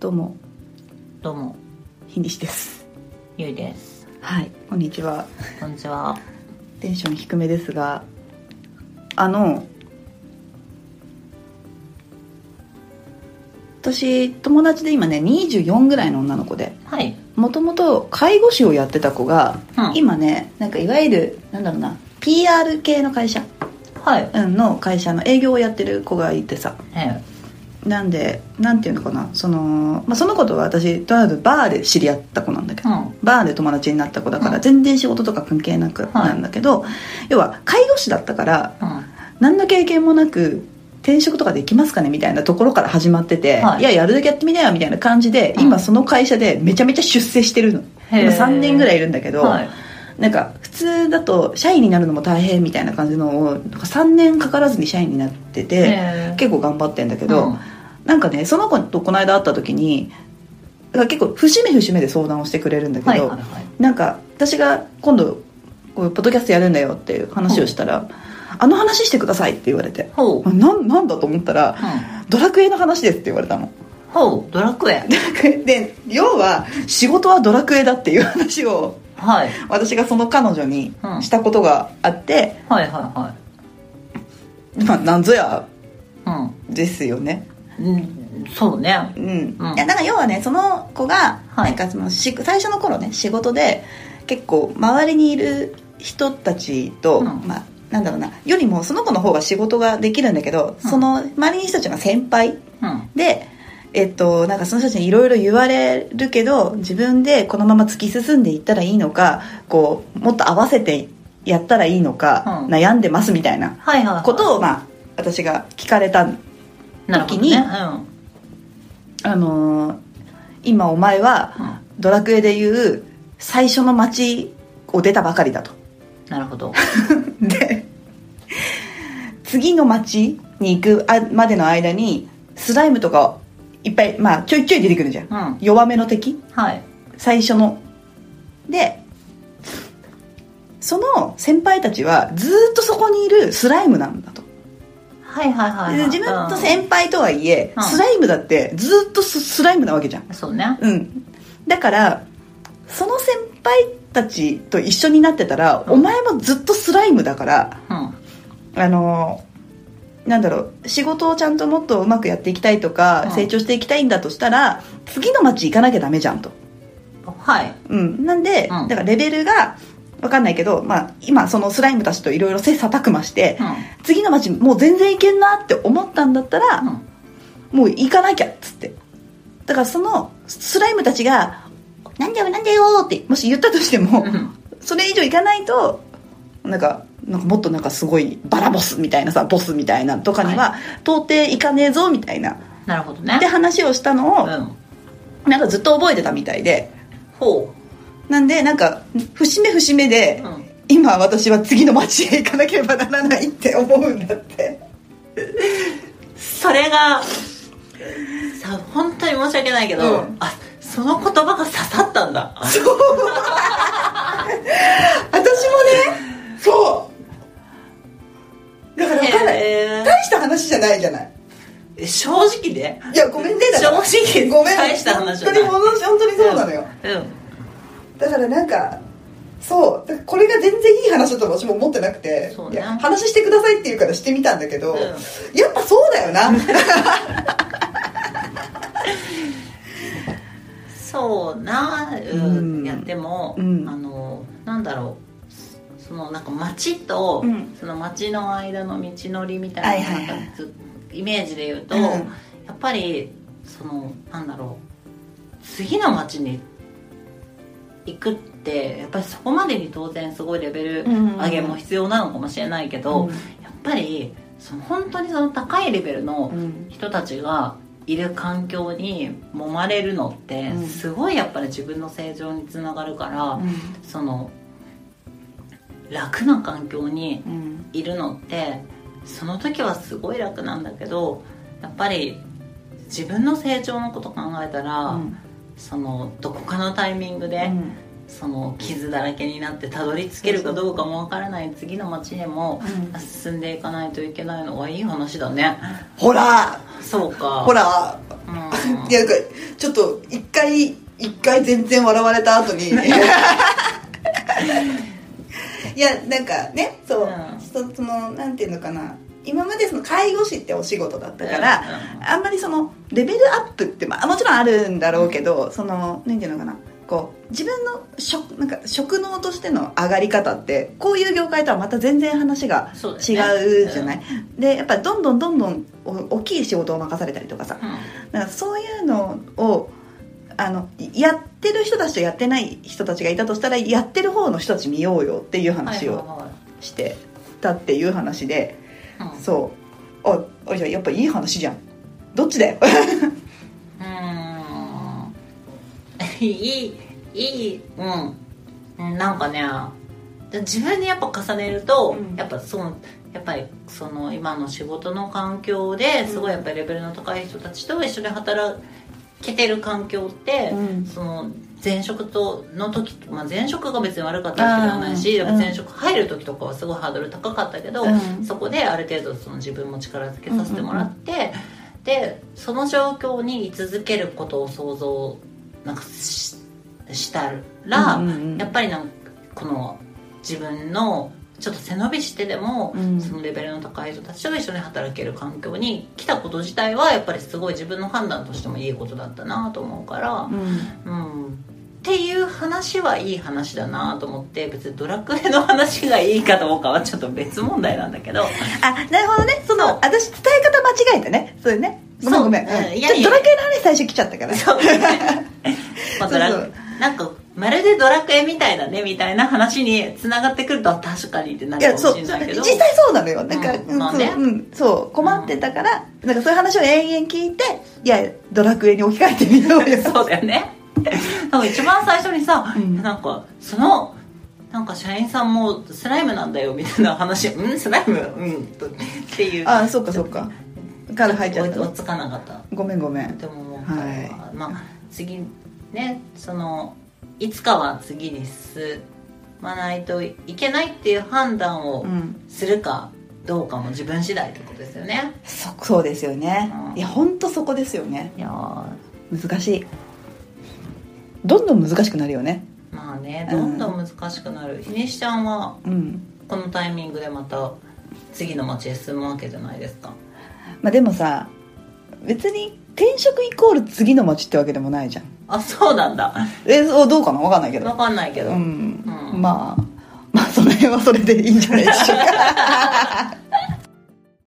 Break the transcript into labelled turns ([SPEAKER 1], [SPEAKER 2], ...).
[SPEAKER 1] どうも
[SPEAKER 2] どうも
[SPEAKER 1] ひんりしです
[SPEAKER 2] ゆいです
[SPEAKER 1] はいこんにちは
[SPEAKER 2] こんにちは
[SPEAKER 1] テンション低めですがあの私友達で今ね24ぐらいの女の子で
[SPEAKER 2] はい
[SPEAKER 1] もともと介護士をやってた子が、
[SPEAKER 2] うん
[SPEAKER 1] 今ねなんかいわゆるなんだろうな PR 系の会社
[SPEAKER 2] はい
[SPEAKER 1] うんの会社の営業をやってる子がいてさ
[SPEAKER 2] え
[SPEAKER 1] なんでなんていうのかなその,、まあ、その子とは私とりあえずバーで知り合った子なんだけ
[SPEAKER 2] えう
[SPEAKER 1] ど、
[SPEAKER 2] ん
[SPEAKER 1] バーで友達になった子だか
[SPEAKER 2] う
[SPEAKER 1] ら
[SPEAKER 2] ん
[SPEAKER 1] 全然仕事とか関係なく
[SPEAKER 2] はい
[SPEAKER 1] なんだけど、要は介護士だったから
[SPEAKER 2] う
[SPEAKER 1] 何の経験もなく転職とかできますかねみたいなところから始まってて、
[SPEAKER 2] はい
[SPEAKER 1] い、ややるだけやってみなよみたいな感じで、
[SPEAKER 2] うん
[SPEAKER 1] 今その会社でめちゃめちゃ出世してるの
[SPEAKER 2] ん
[SPEAKER 1] 今3年ぐら
[SPEAKER 2] い
[SPEAKER 1] いいるんだけど、
[SPEAKER 2] はい
[SPEAKER 1] なんか普通だと社員になるのも大変みたいな感じのをなんか3年かからずに社員になってて、
[SPEAKER 2] え
[SPEAKER 1] 結構頑張ってんだけ
[SPEAKER 2] け
[SPEAKER 1] ど、なんかねその子とこの間会った時にだから結構節目節目で相談をしてくれるんだけど、
[SPEAKER 2] はいはいはい
[SPEAKER 1] なんか私が今度こうポッドキャストやるんだよっていう話をしたら「あの話してください」って言われて
[SPEAKER 2] ほう
[SPEAKER 1] 「なんなんだ?」と思ったら
[SPEAKER 2] う
[SPEAKER 1] 「
[SPEAKER 2] ん
[SPEAKER 1] ドラクエの話です」って言われたの。
[SPEAKER 2] ほうドラクエ
[SPEAKER 1] で要は仕事はドラクエだっていう話を
[SPEAKER 2] はい
[SPEAKER 1] 私がその彼女にしたことがあって
[SPEAKER 2] はいは
[SPEAKER 1] 「まあ、なんぞや
[SPEAKER 2] いは」
[SPEAKER 1] ですよね。
[SPEAKER 2] いうんうんそうね
[SPEAKER 1] うん
[SPEAKER 2] うん
[SPEAKER 1] いやだから要はねその子が
[SPEAKER 2] はい
[SPEAKER 1] なんかその、し最初の頃ね仕事で結構周りにいる人たちと、
[SPEAKER 2] うん
[SPEAKER 1] まあなんだろうなよりもその子の方が仕事ができるんだけど、
[SPEAKER 2] うん
[SPEAKER 1] その周りにいる人たちが先輩
[SPEAKER 2] うん
[SPEAKER 1] で、えっと、なんかその人たちにいろいろ言われるけど自分でこのまま突き進んでいったらいいのかこうもっと合わせてやったらいいのか、
[SPEAKER 2] うん
[SPEAKER 1] 悩んでますみたいな
[SPEAKER 2] はいはいはい
[SPEAKER 1] ことを、まあ、私が聞かれたん
[SPEAKER 2] なるほど
[SPEAKER 1] 時に
[SPEAKER 2] ねうん
[SPEAKER 1] あのー今お前は
[SPEAKER 2] うん
[SPEAKER 1] ドラクエでいう最初の街を出たばかりだと
[SPEAKER 2] なるほど
[SPEAKER 1] で次の街に行くあまでの間にスライムとかいっぱい、まあ、ちょいちょい出てくるじゃん
[SPEAKER 2] うん
[SPEAKER 1] 弱めの敵
[SPEAKER 2] はい
[SPEAKER 1] 最初のでその先輩たちはずーっとそこにいるスライムなんだと
[SPEAKER 2] はいはいはい
[SPEAKER 1] で
[SPEAKER 2] はい
[SPEAKER 1] 自分と
[SPEAKER 2] うん
[SPEAKER 1] 先輩とはいえ
[SPEAKER 2] うん
[SPEAKER 1] スライムだってずーっとススライムなわけじゃん
[SPEAKER 2] そうね
[SPEAKER 1] うん、だからその先輩たちと一緒になってたら、
[SPEAKER 2] うん
[SPEAKER 1] お前もずっとスライムだから
[SPEAKER 2] うん
[SPEAKER 1] あのなんだろう仕事をちゃんともっとうまくやっていきたいとか、
[SPEAKER 2] うん
[SPEAKER 1] 成長していきたいんだとしたら次の街行かなきゃダメじゃんと、
[SPEAKER 2] はい
[SPEAKER 1] うん、なんで、
[SPEAKER 2] うん
[SPEAKER 1] だからレベルが分かんないけど、まあ、今そのスライムたちといろいろ切磋琢磨して、
[SPEAKER 2] う
[SPEAKER 1] 次の街もう全然行けんなって思ったんだったら、
[SPEAKER 2] んうん
[SPEAKER 1] もう行かなきゃっつってだからそのスライムたちが「なんだよなんだよ」ってもし言ったとしても
[SPEAKER 2] うん
[SPEAKER 1] それ以上行かないとなんかなんかもっとなんかすごいバラボスみたいなさボスみたいなとかには到底行かねえぞみたいな
[SPEAKER 2] なるほどね
[SPEAKER 1] って話をしたの
[SPEAKER 2] う
[SPEAKER 1] を
[SPEAKER 2] ん
[SPEAKER 1] なんかずっと覚えてたみたいで
[SPEAKER 2] ほ
[SPEAKER 1] なんでなんか節目節目
[SPEAKER 2] う
[SPEAKER 1] で
[SPEAKER 2] うん
[SPEAKER 1] 今私は次の街へ行かなければならないって思うんだって
[SPEAKER 2] それがさ本当に申し訳ないけど、
[SPEAKER 1] うん
[SPEAKER 2] あその言葉が刺さったんだ
[SPEAKER 1] 私もねそうだから分かんない、
[SPEAKER 2] へ
[SPEAKER 1] 大した話じゃないじゃない
[SPEAKER 2] え正直で
[SPEAKER 1] いやごめんねだ
[SPEAKER 2] 正
[SPEAKER 1] から
[SPEAKER 2] 直
[SPEAKER 1] ごめん
[SPEAKER 2] 大した話じゃ
[SPEAKER 1] 本
[SPEAKER 2] な
[SPEAKER 1] 当
[SPEAKER 2] い
[SPEAKER 1] にもの本当にそうなのよ、
[SPEAKER 2] うん、うん
[SPEAKER 1] だからなんかそうだからこれが全然いい話だと私も思ってなくて、
[SPEAKER 2] そう
[SPEAKER 1] い
[SPEAKER 2] ね
[SPEAKER 1] や話してくださいって言うからしてみたんだけど、
[SPEAKER 2] うん
[SPEAKER 1] やっぱそうだよな
[SPEAKER 2] そうな、う
[SPEAKER 1] うん
[SPEAKER 2] ん、やっても、
[SPEAKER 1] うん
[SPEAKER 2] あのなんだろうそのなんか街と、
[SPEAKER 1] うん
[SPEAKER 2] その街の間の道のりみた
[SPEAKER 1] はい
[SPEAKER 2] いな,、
[SPEAKER 1] はいはい
[SPEAKER 2] なんかずイメージで言うと、
[SPEAKER 1] うん
[SPEAKER 2] やっぱりそのなんだろう次の街に行くってやっぱりそこまでに当然すごいレベル上げも必要なのかもしれないけど、やっぱりその本当にその高いレベルの
[SPEAKER 1] うん
[SPEAKER 2] 人たちがいる環境に揉まれるのって
[SPEAKER 1] うん
[SPEAKER 2] すごいやっぱり自分の成長につながるから、その楽な環境に
[SPEAKER 1] うん
[SPEAKER 2] いるのってその時はすごい楽なんだけどやっぱり自分の成長のこと考えたら、そのどこかのタイミングで、その傷だらけになってたどり着けるかどうかもわからない次の街へも進んでいかないといけないのはいい話だね
[SPEAKER 1] ほら
[SPEAKER 2] そうか
[SPEAKER 1] ほら
[SPEAKER 2] うんうん
[SPEAKER 1] いやなんかちょっと一回一回全然笑われた 後にいやなんかねそう、
[SPEAKER 2] うん
[SPEAKER 1] そそのなんていうのかな今までその介護士ってお仕事だったから、あんまりそのレベルアップって、まあ、もちろんあるんだろうけど、その何ていうのかなこう自分の職なんか職能としての上がり方ってこういう業界とはまた全然話が
[SPEAKER 2] そうだ
[SPEAKER 1] 違
[SPEAKER 2] よね
[SPEAKER 1] うじゃない、でやっぱりどんどんどんどんお大きい仕事を任されたりとかさ
[SPEAKER 2] うんうん
[SPEAKER 1] だからそういうのをあのやってる人たちとやってない人たちがいたとしたらやってる方の人たち見ようよっていう話
[SPEAKER 2] はい
[SPEAKER 1] を
[SPEAKER 2] はいはい
[SPEAKER 1] してたっていう話で、
[SPEAKER 2] うん
[SPEAKER 1] そうああじゃあやっぱいい話じゃんどっちだよ
[SPEAKER 2] うーんいいいいうんなんかねで自分にやっぱ重ねると、
[SPEAKER 1] うん
[SPEAKER 2] やっぱそのやっぱりその今の仕事の環境ですごいやっぱりレベルの高い人たちと一緒に働けてる環境って、
[SPEAKER 1] うん
[SPEAKER 2] その前職との時、まあ、前職が別に悪かったわけではないし、
[SPEAKER 1] あーうん
[SPEAKER 2] 前職入る時とかはすごいハードル高かったけど、
[SPEAKER 1] うん
[SPEAKER 2] そこである程度その自分も力づけさせてもらって、でその状況に居続けることを想像なんかししたら、
[SPEAKER 1] うんうんうん
[SPEAKER 2] やっぱりなんかこの自分のちょっと背伸びしてでも、
[SPEAKER 1] うん
[SPEAKER 2] そのレベルの高い人たちと一緒に働ける環境に来たこと自体はやっぱりすごい自分の判断としてもいいことだったなと思うから。うんっていう話はいい話だなと思って別にドラクエの話がいいかどうかはちょっと別問題なん だけど
[SPEAKER 1] あなるほどねその私伝え方間違えたねそれねごめんごめん、
[SPEAKER 2] そううん
[SPEAKER 1] うん
[SPEAKER 2] い
[SPEAKER 1] ち
[SPEAKER 2] や
[SPEAKER 1] ょっと
[SPEAKER 2] いや
[SPEAKER 1] ドラクエの話最初来ちゃったから
[SPEAKER 2] そうまあドラ
[SPEAKER 1] そうそう
[SPEAKER 2] なんかまるでドラクエみたいだねみたいな話に繋がってくると確かにってないる
[SPEAKER 1] や
[SPEAKER 2] か
[SPEAKER 1] そう
[SPEAKER 2] もしれ
[SPEAKER 1] 実
[SPEAKER 2] ないけ
[SPEAKER 1] 際
[SPEAKER 2] ど
[SPEAKER 1] そうなのよなんか、
[SPEAKER 2] うん
[SPEAKER 1] うん
[SPEAKER 2] まあ
[SPEAKER 1] そう
[SPEAKER 2] ね
[SPEAKER 1] うんそう困ってたから、なんかそういう話を延々聞いていやドラクエに置き換えてみようよ
[SPEAKER 2] そうだよね多分一番最初にさ、
[SPEAKER 1] うん
[SPEAKER 2] なんかそのなんか社員さんもスライムなんだよみたいな話うんスライムうんとっていう
[SPEAKER 1] ああそうかそうかから入っちゃっ
[SPEAKER 2] 追い
[SPEAKER 1] た
[SPEAKER 2] つかなかった
[SPEAKER 1] ごめんごめん
[SPEAKER 2] でも、
[SPEAKER 1] は
[SPEAKER 2] まあ次ねそのいつかは次に進まないといけないっていう判断を
[SPEAKER 1] うん
[SPEAKER 2] するかどうかも自分次第ってことですよね
[SPEAKER 1] そそうですよね
[SPEAKER 2] うん
[SPEAKER 1] いや本当そこですよね
[SPEAKER 2] いやーま
[SPEAKER 1] 難しいどんどん難しくなるよね
[SPEAKER 2] あね
[SPEAKER 1] う
[SPEAKER 2] どん
[SPEAKER 1] ん
[SPEAKER 2] どん難しくなる、ひねしちゃんは
[SPEAKER 1] うん
[SPEAKER 2] このタイミングでまた次の街へ進むわけじゃないですか
[SPEAKER 1] まあでもさ別に転職イコール次の街ってわけでもないじゃん
[SPEAKER 2] あそうなんだ
[SPEAKER 1] えそうどうかなわかんないけど
[SPEAKER 2] 分かんないけど、
[SPEAKER 1] うん
[SPEAKER 2] うん
[SPEAKER 1] まあまあその辺はそれでいいんじゃないでしょうか